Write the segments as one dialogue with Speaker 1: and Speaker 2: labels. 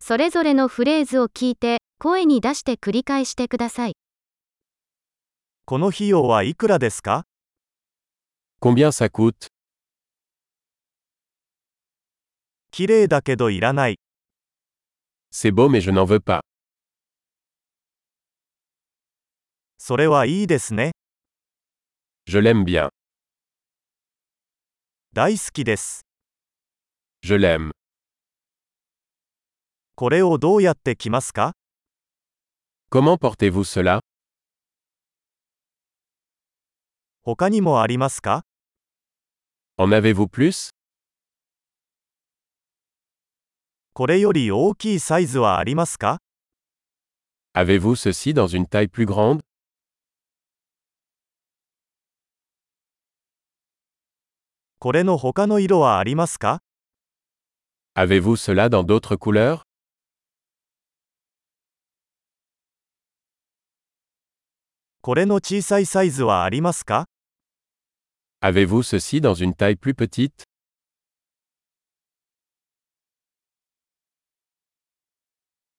Speaker 1: それぞれのフレーズを聞いて、声に出して繰り返してください。
Speaker 2: この費用はいくらですか
Speaker 3: Combien ça coûte
Speaker 2: 綺麗だけどいらない。
Speaker 3: C'est beau mais je n'en veux pas.
Speaker 2: それはいいですね。
Speaker 3: Je l'aime bien.
Speaker 2: 大好きです。
Speaker 3: Je l'aime.
Speaker 2: これをどうやって着ますか
Speaker 3: Comment portez-vous cela
Speaker 2: 他にもありますか
Speaker 3: En avez-vous plus
Speaker 2: これより大きいサイズはありますか
Speaker 3: Avez-vous ceci dans une taille plus grande
Speaker 2: これの他の色はありますか
Speaker 3: Avez-vous cela dans d'autres couleurs
Speaker 2: これの小さいサイズはありますか
Speaker 3: Avez-vous ceci dans une taille plus petite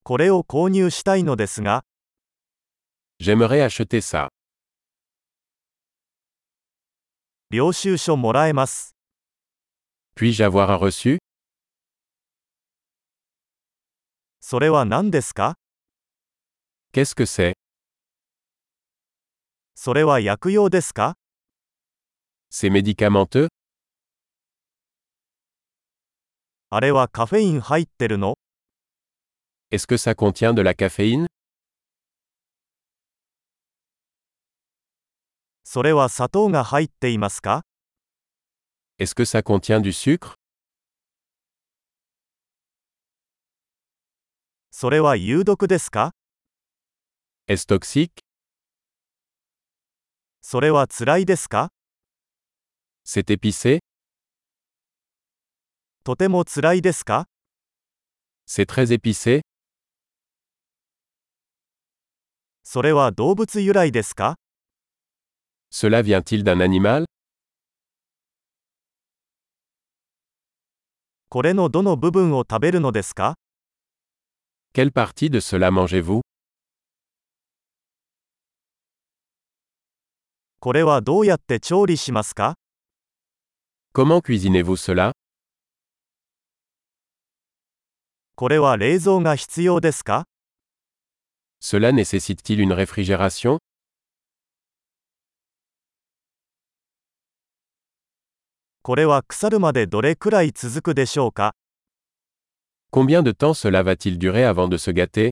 Speaker 2: これを購入したいのですが、
Speaker 3: J'aimerais acheter ça.
Speaker 2: 領収書もらえます。
Speaker 3: Puis-je avoir un reçu
Speaker 2: それは何ですか
Speaker 3: Qu'est-ce que c'est
Speaker 2: それは薬用ですか
Speaker 3: C'est médicamenteux
Speaker 2: あれはカフェイン入ってるの
Speaker 3: Est-ce que ça contient de la caféine
Speaker 2: それは砂糖が入っていますか
Speaker 3: Est-ce que ça contient du sucre
Speaker 2: それは有毒ですか
Speaker 3: Est-ce toxique
Speaker 2: それは辛いですか
Speaker 3: C'est épicé
Speaker 2: とても辛いですか
Speaker 3: C'est très épicé
Speaker 2: それは動物由来ですか
Speaker 3: Cela vient-il d'un animal
Speaker 2: これのどの部分を食べるのですか
Speaker 3: Quelle partie de cela mangez-vous
Speaker 2: これはどうやって調理しますか
Speaker 3: Comment cuisinez-vous cela
Speaker 2: これは冷蔵が必要ですか
Speaker 3: Cela nécessite-t-il une réfrigération
Speaker 2: これは腐るまでどれくらい続くでしょうか
Speaker 3: Combien de temps cela va-t-il durer avant de se gâter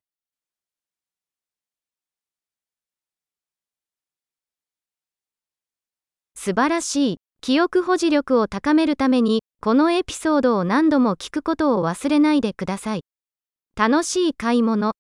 Speaker 1: 素晴らしい。記憶保持力を高めるために、このエピソードを何度も聞くことを忘れないでください。楽しい買い物。